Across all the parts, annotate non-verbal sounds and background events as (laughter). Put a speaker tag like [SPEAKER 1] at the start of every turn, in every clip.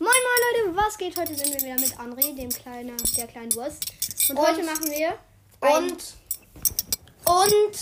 [SPEAKER 1] Moin Moin Leute, was geht? Heute sind wir wieder mit André, dem kleinen, der kleinen Wurst. Und,
[SPEAKER 2] Und-
[SPEAKER 1] heute machen wir ein-
[SPEAKER 2] Und. Und.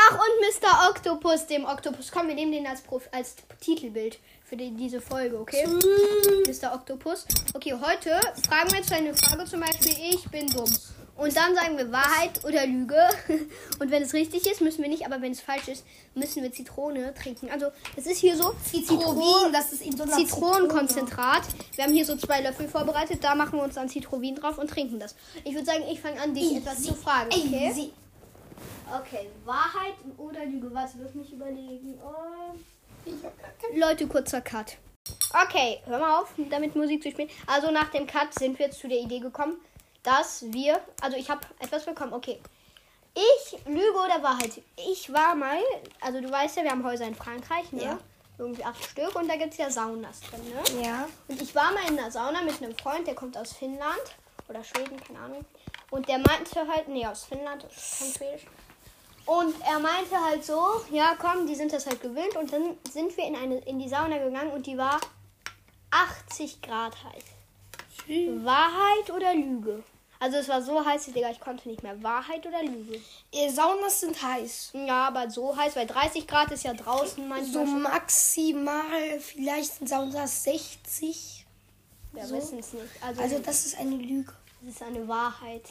[SPEAKER 1] Ach und Mr. Octopus, dem Octopus. Komm, wir nehmen den als, Prof als Titelbild für die, diese Folge, okay? Mr. Octopus. Okay, heute fragen wir jetzt eine Frage zum Beispiel, ich bin dumm. Und dann sagen wir Wahrheit oder Lüge. (laughs) Und wenn es richtig ist, müssen wir nicht, aber wenn es falsch ist, müssen wir Zitrone trinken. Also es ist hier so
[SPEAKER 2] Wie Zitrovin, das ist in so einer
[SPEAKER 1] Zitronenkonzentrat. Wir haben hier so zwei Löffel vorbereitet, da machen wir uns dann Zitrovin drauf und trinken das. Ich würde sagen, ich fange an, dich
[SPEAKER 2] Easy,
[SPEAKER 1] etwas zu fragen, okay?
[SPEAKER 2] Easy.
[SPEAKER 1] Okay, Wahrheit oder Lüge? Was wird mich überlegen? Oh.
[SPEAKER 2] Ich hab gar keinen-
[SPEAKER 1] Leute, kurzer Cut. Okay, hör mal auf, damit Musik zu spielen. Also nach dem Cut sind wir jetzt zu der Idee gekommen, dass wir, also ich habe etwas bekommen. Okay, ich lüge oder Wahrheit? Ich war mal, also du weißt ja, wir haben Häuser in Frankreich, ne?
[SPEAKER 2] Ja.
[SPEAKER 1] Irgendwie acht Stück und da gibt es ja Saunas drin, ne?
[SPEAKER 2] Ja.
[SPEAKER 1] Und ich war mal in einer Sauna mit einem Freund, der kommt aus Finnland oder Schweden, keine Ahnung. Und der meinte halt, nee, aus Finnland, das kann Schwedisch. Und er meinte halt so, ja komm, die sind das halt gewöhnt. Und dann sind wir in, eine, in die Sauna gegangen und die war 80 Grad heiß. Wahrheit oder Lüge? Also es war so heiß, Digga, ich konnte nicht mehr. Wahrheit oder Lüge?
[SPEAKER 2] Ihr Saunas sind heiß.
[SPEAKER 1] Ja, aber so heiß, weil 30 Grad ist ja draußen
[SPEAKER 2] So
[SPEAKER 1] manchmal. schon.
[SPEAKER 2] maximal, vielleicht sind Saunas 60.
[SPEAKER 1] wir
[SPEAKER 2] so.
[SPEAKER 1] wissen es nicht. Also,
[SPEAKER 2] Also, das ist eine Lüge.
[SPEAKER 1] Das ist eine Wahrheit.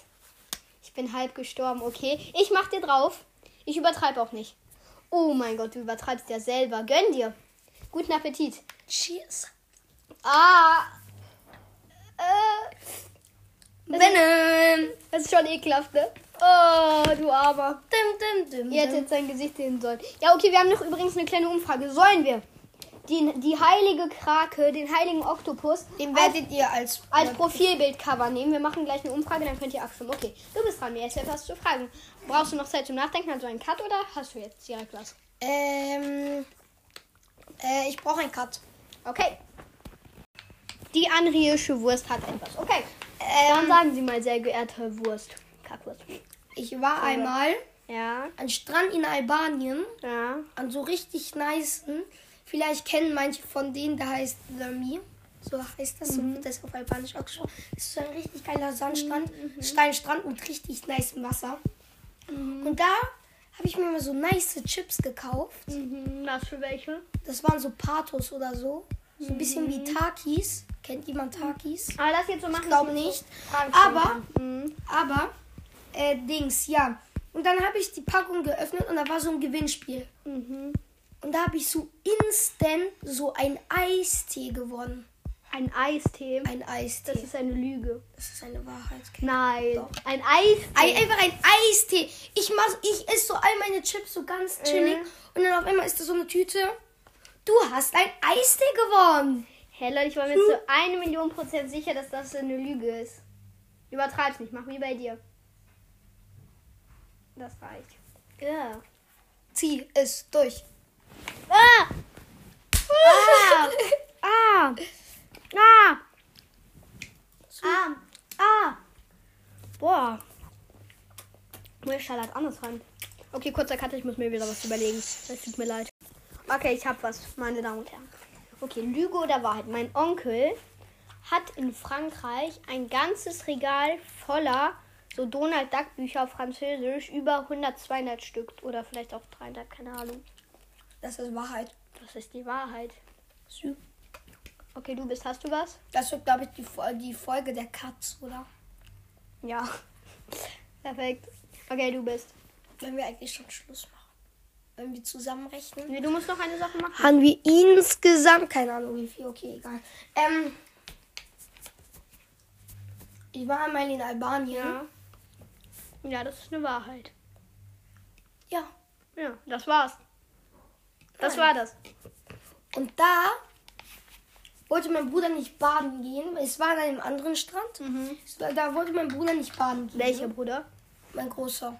[SPEAKER 1] Ich bin halb gestorben, okay? Ich mach dir drauf. Ich übertreibe auch nicht. Oh mein Gott, du übertreibst ja selber. Gönn dir. Guten Appetit.
[SPEAKER 2] Cheers.
[SPEAKER 1] Ah. Äh. Venom. Das ist schon ekelhaft, ne? Oh, du Armer.
[SPEAKER 2] Dim, dim, dim.
[SPEAKER 1] Ihr hättet sein Gesicht sehen sollen. Ja, okay, wir haben noch übrigens eine kleine Umfrage. Sollen wir die, die heilige Krake, den heiligen Oktopus,
[SPEAKER 2] Den werdet ihr als.
[SPEAKER 1] als Profilbildcover nehmen. Wir machen gleich eine Umfrage, dann könnt ihr abstimmen. Okay, du bist dran, mir ist etwas zu fragen. Brauchst du noch Zeit zum Nachdenken, also einen Cut oder hast du jetzt direkt was?
[SPEAKER 2] Ähm. Äh, ich brauche einen Cut.
[SPEAKER 1] Okay. Die anrierische Wurst hat etwas. Okay.
[SPEAKER 2] Ähm.
[SPEAKER 1] Dann sagen Sie mal, sehr geehrte Wurst. Kackwurst.
[SPEAKER 2] Ich war einmal
[SPEAKER 1] Ja,
[SPEAKER 2] an Strand in Albanien.
[SPEAKER 1] ja.
[SPEAKER 2] an so richtig nicen. Vielleicht kennen manche von denen, der heißt Lami. So heißt das, so wird das auf Albanisch auch gesprochen. Das ist so ein richtig geiler Sandstrand, Steinstrand mit richtig nicem Wasser. Und da habe ich mir mal so nice Chips gekauft.
[SPEAKER 1] Mhm, was für welche?
[SPEAKER 2] Das waren so Patos oder so. So ein bisschen wie Takis. Kennt jemand Takis?
[SPEAKER 1] Aber das jetzt so machen.
[SPEAKER 2] glaub
[SPEAKER 1] dass wir
[SPEAKER 2] nicht.
[SPEAKER 1] so Fragen
[SPEAKER 2] Aber-
[SPEAKER 1] stellen können. Mhm.
[SPEAKER 2] Aber, äh, Dings, ja. Und dann habe ich die Packung geöffnet und da war so ein Gewinnspiel.
[SPEAKER 1] Mhm.
[SPEAKER 2] Und da habe ich so instant so ein Eistee gewonnen.
[SPEAKER 1] Ein Eistee.
[SPEAKER 2] Ein Eistee.
[SPEAKER 1] Das ist eine Lüge.
[SPEAKER 2] Das ist eine Wahrheit.
[SPEAKER 1] Nein.
[SPEAKER 2] Doch.
[SPEAKER 1] Ein Eistee.
[SPEAKER 2] Ei, einfach ein Eistee. Ich mach, ich esse so all meine Chips so ganz chillig.
[SPEAKER 1] Mhm.
[SPEAKER 2] Und dann auf einmal ist da so eine Tüte. Du hast ein Eistee gewonnen.
[SPEAKER 1] Hey Leute, ich war mir zu 1 Million Prozent sicher, dass das eine Lüge ist. Übertreib's nicht, mach wie bei dir. Das reicht. Ja.
[SPEAKER 2] Zieh es durch.
[SPEAKER 1] Ah!
[SPEAKER 2] (laughs)
[SPEAKER 1] Ah! Ah! Ah! Ah! Ah! Boah. Mir schallert anders ran. Okay, kurzer Cut, ich muss mir wieder was überlegen. Das tut mir leid. Okay, ich hab was, meine Damen und Herren. Okay, Lüge oder Wahrheit? Mein Onkel hat in Frankreich ein ganzes Regal voller so Donald Duck Bücher auf Französisch, über 100, 200 Stück oder vielleicht auch 300, keine Ahnung.
[SPEAKER 2] Das ist Wahrheit.
[SPEAKER 1] Das ist die Wahrheit. Okay, du bist, hast du was?
[SPEAKER 2] Das wird, glaube ich, die, Fol- die Folge der Katz, oder?
[SPEAKER 1] Ja. (laughs) Perfekt. Okay, du bist.
[SPEAKER 2] Wenn wir eigentlich schon Schluss machen. Wenn wir zusammenrechnen.
[SPEAKER 1] Nee, du musst noch eine Sache machen.
[SPEAKER 2] Haben wir insgesamt, keine Ahnung wie viel, okay, egal. Ähm, ich war einmal in Albanien.
[SPEAKER 1] Mhm. Ja, das ist eine Wahrheit.
[SPEAKER 2] ja.
[SPEAKER 1] Ja, das war's. Das
[SPEAKER 2] Nein.
[SPEAKER 1] war das.
[SPEAKER 2] Und da wollte mein Bruder nicht baden gehen. weil Es war an einem anderen Strand. Es war- Da wollte mein Bruder nicht baden gehen.
[SPEAKER 1] Welcher Bruder?
[SPEAKER 2] Mein großer.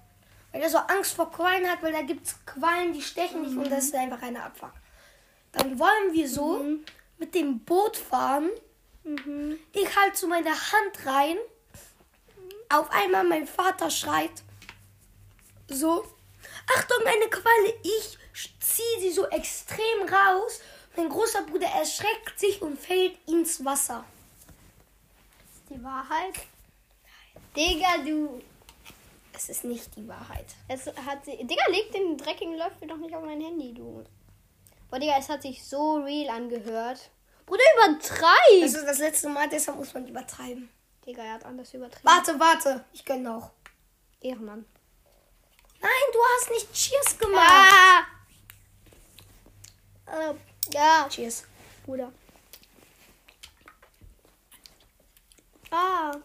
[SPEAKER 2] Weil er so Angst vor Quallen hat, weil da gibt es Quallen, die stechen dich und das
[SPEAKER 1] Mhm.
[SPEAKER 2] ist einfach eine Abfuck. Dann wollen wir so mit dem Boot fahren.
[SPEAKER 1] Mhm.
[SPEAKER 2] Ich halte so meine Hand rein. Auf einmal mein Vater schreit so, Achtung, eine Qualle. Ich sch- ziehe sie so extrem raus. Mein großer Bruder erschreckt sich und fällt ins Wasser.
[SPEAKER 1] Ist die Wahrheit? Digga, du.
[SPEAKER 2] Es ist nicht die Wahrheit.
[SPEAKER 1] Es hat sie. Digga, leg den dreckigen Löffel doch nicht auf mein Handy, du. Boah, Digga, es hat sich so real angehört. Bruder, übertreib!
[SPEAKER 2] Das ist das letzte Mal, deshalb muss man übertreiben.
[SPEAKER 1] Digga, er hat anders übertrieben.
[SPEAKER 2] Warte, warte. Ich gönne auch.
[SPEAKER 1] Ehrenmann.
[SPEAKER 2] Nein, du hast nicht Cheers gemacht.
[SPEAKER 1] Ah! Äh, ja,
[SPEAKER 2] Cheers.
[SPEAKER 1] Bruder. Ah.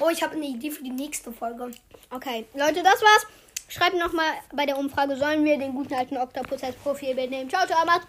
[SPEAKER 2] Oh, ich habe eine Idee für die nächste Folge.
[SPEAKER 1] Okay, Leute, das war's. Schreibt nochmal bei der Umfrage, sollen wir den guten alten Oktopus als Profilbild nehmen. Ciao, ciao, macht's gut.